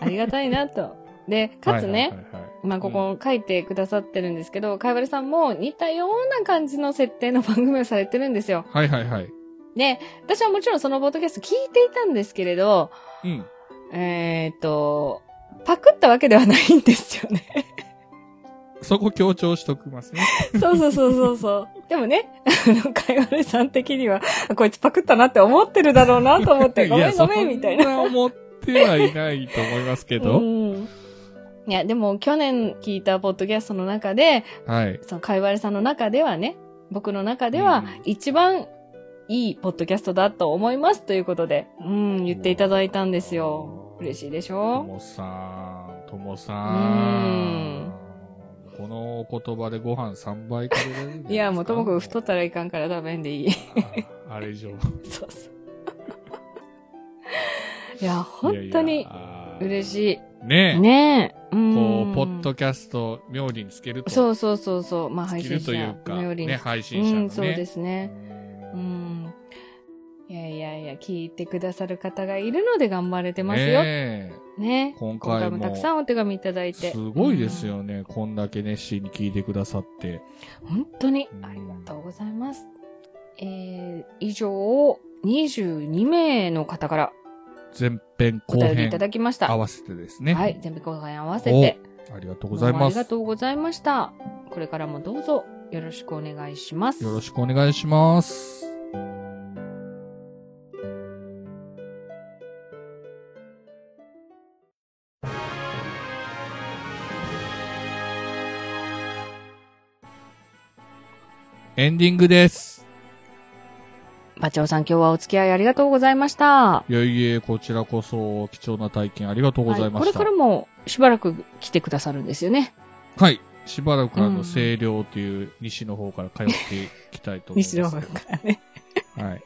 Speaker 1: ありがたいなと。で、かつね、、
Speaker 2: はいはいはいはい
Speaker 1: まあ、ここ書いてくださってるんですけど、かいわれさんも似たような感じの設定の番組をされてるんですよ。
Speaker 2: はいはいはい。
Speaker 1: で、私はもちろんそのポッドキャスト聞いていたんですけれど、
Speaker 2: うん。
Speaker 1: えっ、と、パクったわけではないんですよね。
Speaker 2: そこ強調しときますね。
Speaker 1: そうそうそうそうそう。でもね、あの、かいわれさん的には、こいつパクったなって思ってるだろうな と思って、ご
Speaker 2: い
Speaker 1: め
Speaker 2: や
Speaker 1: んごめんみたいな。
Speaker 2: そんな思ってはいないと思いますけ
Speaker 1: う
Speaker 2: ど。
Speaker 1: ん。いや、でも去年聞いたポッドキャストの中で、
Speaker 2: はい。
Speaker 1: そのかいわれさんの中ではね、僕の中では
Speaker 2: うん
Speaker 1: 一番いいポッドキャストだと思いますということで、うん、言っていただいたんですよ。嬉しいでし
Speaker 2: と
Speaker 1: ょ
Speaker 2: もさん、ともさ
Speaker 1: うん
Speaker 2: ん。このお言葉でご飯3杯食べれるんじゃないですか
Speaker 1: いや、もうともくん太ったらいかんからダメんでいい。
Speaker 2: ああれ以上。
Speaker 1: そうそう。いや、 本当に嬉
Speaker 2: い
Speaker 1: し
Speaker 2: や。ね
Speaker 1: い。
Speaker 2: え。
Speaker 1: ねえ。うん。
Speaker 2: こう、ポッドキャスト、妙利につけると。
Speaker 1: そうそうそうそう。まあ、
Speaker 2: つ
Speaker 1: 配
Speaker 2: け
Speaker 1: 信
Speaker 2: る
Speaker 1: 者
Speaker 2: というか、
Speaker 1: よりに
Speaker 2: ね、配信者
Speaker 1: う
Speaker 2: の
Speaker 1: ん、
Speaker 2: ね。
Speaker 1: そうですね。う
Speaker 2: ね
Speaker 1: ん。いやいやいや、聞いてくださる方がいるので頑張れてますよ。ね
Speaker 2: え。今
Speaker 1: 今
Speaker 2: 回
Speaker 1: 回も
Speaker 2: も
Speaker 1: たくさんお手紙いただいて。
Speaker 2: すごいですよね。こんだけ熱心に聞いてくださって。
Speaker 1: うん。本当に
Speaker 2: うん
Speaker 1: ありがとうございます。えー、以上、22名の方から
Speaker 2: 前編
Speaker 1: お
Speaker 2: 後
Speaker 1: 便りい
Speaker 2: 編
Speaker 1: ただきました。
Speaker 2: 合わせてですね。
Speaker 1: はい、全部後半合わせて。
Speaker 2: ありがとうござい
Speaker 1: どうもあ
Speaker 2: ま
Speaker 1: り
Speaker 2: す。
Speaker 1: が
Speaker 2: よ
Speaker 1: とうございました。これからもどうぞよろしくお願いします。
Speaker 2: ろしくお願いします。エンディングです。
Speaker 1: バチョウさん今日はお付き合いありがとうございました。
Speaker 2: いえいえ、こちらこそ貴重な体験ありがとうございま
Speaker 1: は
Speaker 2: し
Speaker 1: い
Speaker 2: た。
Speaker 1: これからもしばらく来てくださるんですよね。
Speaker 2: はい。しばらくあ
Speaker 1: う
Speaker 2: の、
Speaker 1: ん
Speaker 2: 清涼という西の方から通っていきたいと思います。
Speaker 1: 西野からね。
Speaker 2: はい。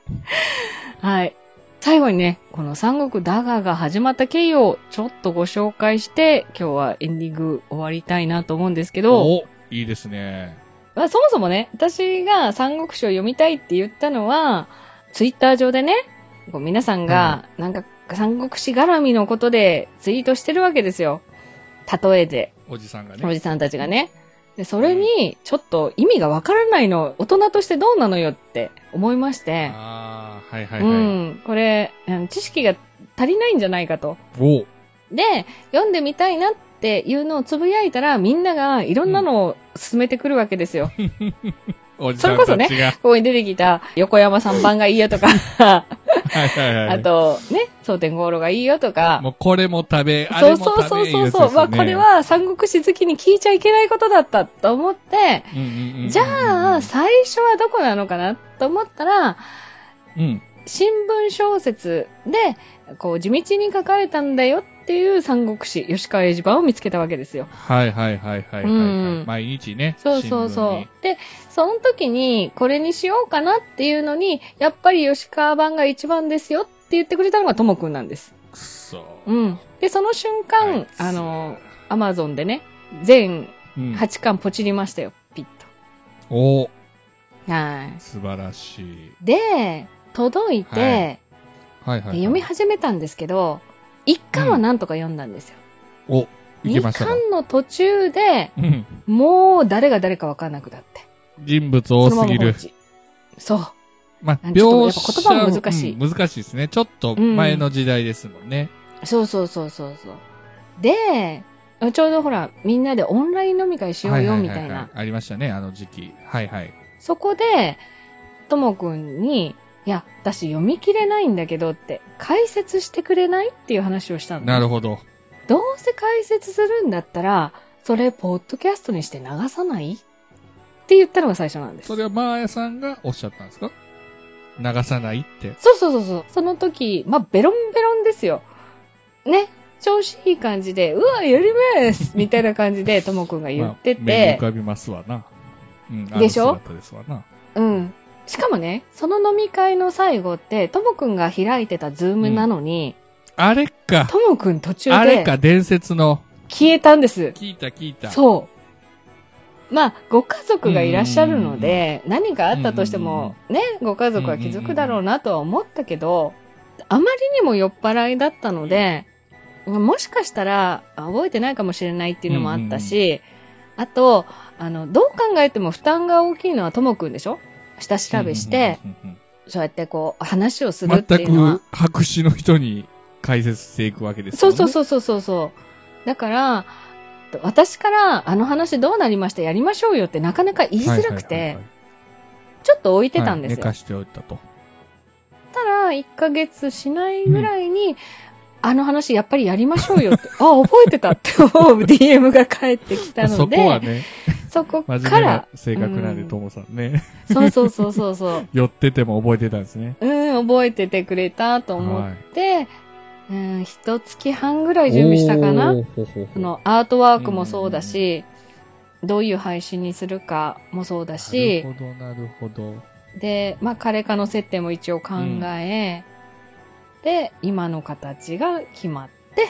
Speaker 1: はい。最後にね、この三国ダガーが始まった経緯をちょっとご紹介して、今日はエンディング終わりたいなと思うんですけど、
Speaker 2: おいいですね。
Speaker 1: まあ、そもそもね、私が三国志を読みたいって言ったのは、ツイッター上でね、こう皆さんが、なんか三国志絡みのことでツイートしてるわけですよ。例えで、
Speaker 2: おじさんが
Speaker 1: お
Speaker 2: ね。
Speaker 1: じさんたちがね。で、それに、ちょっと意味がわからないの、大人としてどうなのよって思いまして、
Speaker 2: ああ、はいはいはい。
Speaker 1: うん、これ、あの知識が足りないんじゃないかと。
Speaker 2: お
Speaker 1: で、読んでみたいなっていうのをつぶやいたら、みんながいろんなのを進めてくるわけです よ。
Speaker 2: おじさんたちが。
Speaker 1: ここに出てきた横山さん版がいいよとか、
Speaker 2: はいはいはい。
Speaker 1: あ、と、ね、蒼天五郎がいいよとか、
Speaker 2: もうこれも食べ、あ
Speaker 1: そ
Speaker 2: れ
Speaker 1: う
Speaker 2: も
Speaker 1: そう
Speaker 2: 食
Speaker 1: そう
Speaker 2: べ
Speaker 1: そうそう、まあこれ、は三国志好きに聞いちゃいけないことだったと思って、
Speaker 2: いいやつですねうんうんうんうん
Speaker 1: じゃあ、最初はどこなのかなと思ったら、
Speaker 2: うん。
Speaker 1: 新聞小説で、こう、地道に書かれたんだよっていう三国志、吉川英治版を見つけたわけですよ。
Speaker 2: はいはいはいはいはい、はい
Speaker 1: うん
Speaker 2: 毎日ね。
Speaker 1: そうそう
Speaker 2: 新聞
Speaker 1: そ
Speaker 2: に
Speaker 1: う。で、その時に、これにしようかなっていうのに、やっぱり吉川版が一番ですよって言ってくれたのがともくんなんです。
Speaker 2: くそ。
Speaker 1: うん。で、その瞬間、
Speaker 2: はい
Speaker 1: あの、アマゾンでね、全
Speaker 2: うん
Speaker 1: 8巻ポチりましたよ。ピッ
Speaker 2: お
Speaker 1: と。はい。
Speaker 2: 素晴らしい。
Speaker 1: で、届いて、
Speaker 2: はいはいはい、
Speaker 1: で
Speaker 2: はい。
Speaker 1: 読み始めたんですけど、1巻はなんとか読んだんですよ。
Speaker 2: お、い
Speaker 1: 二
Speaker 2: けましたか。
Speaker 1: 巻の途中で、
Speaker 2: うん。
Speaker 1: もう誰が誰かわかんなくなって。
Speaker 2: 人物
Speaker 1: そ
Speaker 2: 多
Speaker 1: のますま
Speaker 2: ぎ
Speaker 1: 放
Speaker 2: る。
Speaker 1: 置。そう。
Speaker 2: まあ、
Speaker 1: ちょ
Speaker 2: 描
Speaker 1: っとやっぱ言葉
Speaker 2: 写
Speaker 1: も難しい
Speaker 2: うん難しいですね。ちょっと前の時代ですもんね。
Speaker 1: そうそうそうそうそう。で、ちょうどほら、みんなでオンライン飲み会しようよ、みたいな。
Speaker 2: ありましたね、あの時期。はいはい。
Speaker 1: そこで、ともくんに、いや、私読み切れないんだけどって、解説してくれないっていう話をしたの。
Speaker 2: なるほど。
Speaker 1: どうせ解説するんだったら、それ、ポッドキャストにして流さないって言ったのが最初なんです。
Speaker 2: それはマーヤさんがおっしゃったんですか流さないって。
Speaker 1: そうそうそうそう。その時、まあ、ベロンベロンですよ。ね。調子いい感じで、うわ、やりますみたいな感じで、ともくんが言って
Speaker 2: まあ目に
Speaker 1: て
Speaker 2: 浮、かびますわな。うん、
Speaker 1: でしょ
Speaker 2: あの姿ですわな。
Speaker 1: うん。しかもね、その飲み会の最後って、ともくんが開いてたズームなのに、
Speaker 2: あれか。
Speaker 1: ともくん途中
Speaker 2: あれ
Speaker 1: で
Speaker 2: か、伝説の。
Speaker 1: 消えたんです。
Speaker 2: 聞いた聞いた。
Speaker 1: そう。まあ、ご家族がいらっしゃるので、何かあったとしても、ね、ご家族は気づくだろうなとは思ったけど、あまりにも酔っ払いだったので、もしかしたらあ覚えてないかもしれないっていうのもあったし、あと、あの、どう考えても負担が大きいのはともくんでしょ下調べして、
Speaker 2: うんうんうん
Speaker 1: そうやってこう、話をす
Speaker 2: うんう
Speaker 1: るっ
Speaker 2: ん。
Speaker 1: ていうのは
Speaker 2: 全く。白紙の人に解説していくわけです
Speaker 1: そ
Speaker 2: よ
Speaker 1: う
Speaker 2: ね
Speaker 1: そうそうそうそうそう。だから、私から、あの話どうなりましたやりましょうよってなかなか言いづらく
Speaker 2: はいはい
Speaker 1: て
Speaker 2: はいは、い
Speaker 1: ちょっと置いてたんですよ。
Speaker 2: はい寝かしておいたと。
Speaker 1: たら、1ヶ月しないぐらいに、あの話やっぱりやりましょうよって、あ、覚えてたって思う DM が返ってきたの
Speaker 2: そ
Speaker 1: で、
Speaker 2: こ はね、
Speaker 1: そこ
Speaker 2: 真面
Speaker 1: か
Speaker 2: 目な
Speaker 1: ら、
Speaker 2: 性格なんで、
Speaker 1: うん
Speaker 2: ともさんね。
Speaker 1: そうそうそうそうそう、
Speaker 2: 寄ってても覚えてたんですね。
Speaker 1: うん、覚えててくれたと思って、うん、一月半ぐらい準備したかな
Speaker 2: おーほほほ
Speaker 1: そのアートワークもそうだし、どういう配信にするかもそうだし、
Speaker 2: なるほど、なるほど。
Speaker 1: で、まあ、彼かの接点も一応考え、で、今の形が決まって、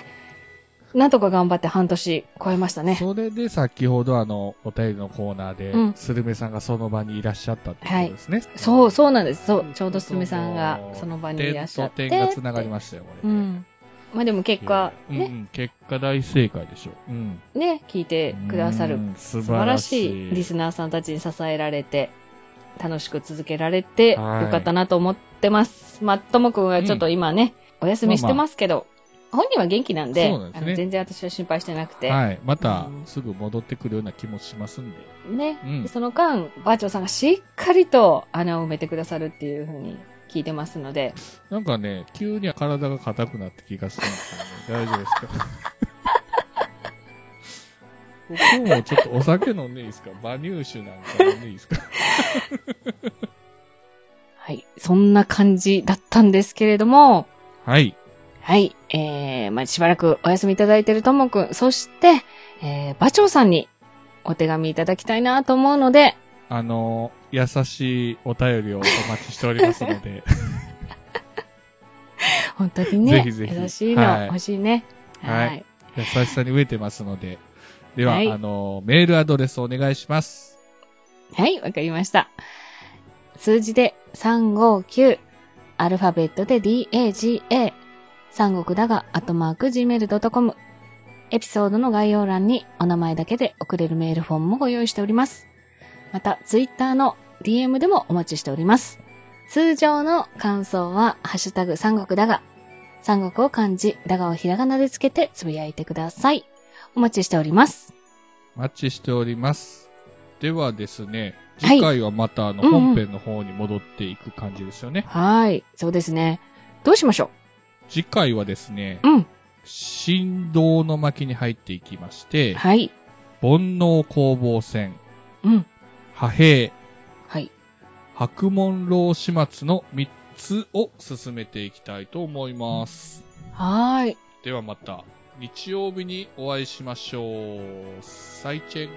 Speaker 1: なんとか頑張って半年超えましたね。
Speaker 2: それで先ほどあの、お便りのコーナーで、
Speaker 1: うん
Speaker 2: スルメさんがその場にいらっしゃったってことですね。
Speaker 1: そう、そうなんです。そ
Speaker 2: なるほ
Speaker 1: う、
Speaker 2: ど
Speaker 1: ちょうどすみさんがその場にいらっしゃって。
Speaker 2: 点と点が繋がりましたよ、こ
Speaker 1: う
Speaker 2: れ。
Speaker 1: ん。まあ、でも結果、
Speaker 2: うんう
Speaker 1: ね、
Speaker 2: ん結果大正解でしょう。うん。
Speaker 1: ね、聞いてくださる
Speaker 2: うん
Speaker 1: 素
Speaker 2: 素
Speaker 1: 晴らしいリスナーさんたちに支えられて、楽しく続けられて、よ
Speaker 2: はい
Speaker 1: かったなと思ってます。まあ、ともくんはちょっと今ね、お休みしてますけど、本人は元気なんで、
Speaker 2: そうなんです
Speaker 1: あ
Speaker 2: ね
Speaker 1: の全然私は心配してなくて、
Speaker 2: はい。また
Speaker 1: うん、
Speaker 2: すぐ戻ってくるような気もしますんで。
Speaker 1: ね、
Speaker 2: うん
Speaker 1: でその間、バーチョさんがしっかりと穴を埋めてくださるっていうふうに聞いてますので、
Speaker 2: なんかね、急に体が硬くなって気がしたんですけどね。大丈夫ですか今日もちょっとお酒飲んでいいですか馬乳酒なんか飲んでいいですか
Speaker 1: はい、そんな感じだったんですけれども、
Speaker 2: はい。
Speaker 1: はい。えー、まあ、しばらくお休みいただいているともくん、そして、えー、馬長さんにお手紙いただきたいなと思うので、
Speaker 2: あの、優しいお便りをお待ちしております ので、
Speaker 1: 本当にね、
Speaker 2: ぜひぜひ
Speaker 1: 優しいの、
Speaker 2: はい
Speaker 1: 欲しいね。
Speaker 2: はい
Speaker 1: はい。
Speaker 2: 優しさに飢えてますので、では、
Speaker 1: はい
Speaker 2: あの、メールアドレスお願いします。
Speaker 1: はい、わかりました。数字で359、アルファベットで DAGA、三国だが、アットマーク gmail.com。エピソードの概要欄にお名前だけで送れるメールフォームもご用意しております。また、ツイッターの DM でもお待ちしております。通常の感想は、ハッシュタグ三国だが、三国を漢字、だがをひらがなでつけてつぶやいてください。お待ちしております。
Speaker 2: お待ちしております。ではですね、
Speaker 1: はい
Speaker 2: 次回はまたあの、
Speaker 1: うんうん
Speaker 2: 本編の方に戻っていく感じですよね。
Speaker 1: はい、そうですね。どうしましょ
Speaker 2: 次回はですね、
Speaker 1: ううん。
Speaker 2: 振動の巻に入っていきまして、
Speaker 1: はい。
Speaker 2: 煩悩攻防戦、
Speaker 1: うん。
Speaker 2: 破兵、
Speaker 1: はい。
Speaker 2: 白門老始末の3つを進めていきたいと思います。
Speaker 1: はーい。
Speaker 2: ではまた、日曜日にお会いしましょう。再チェン。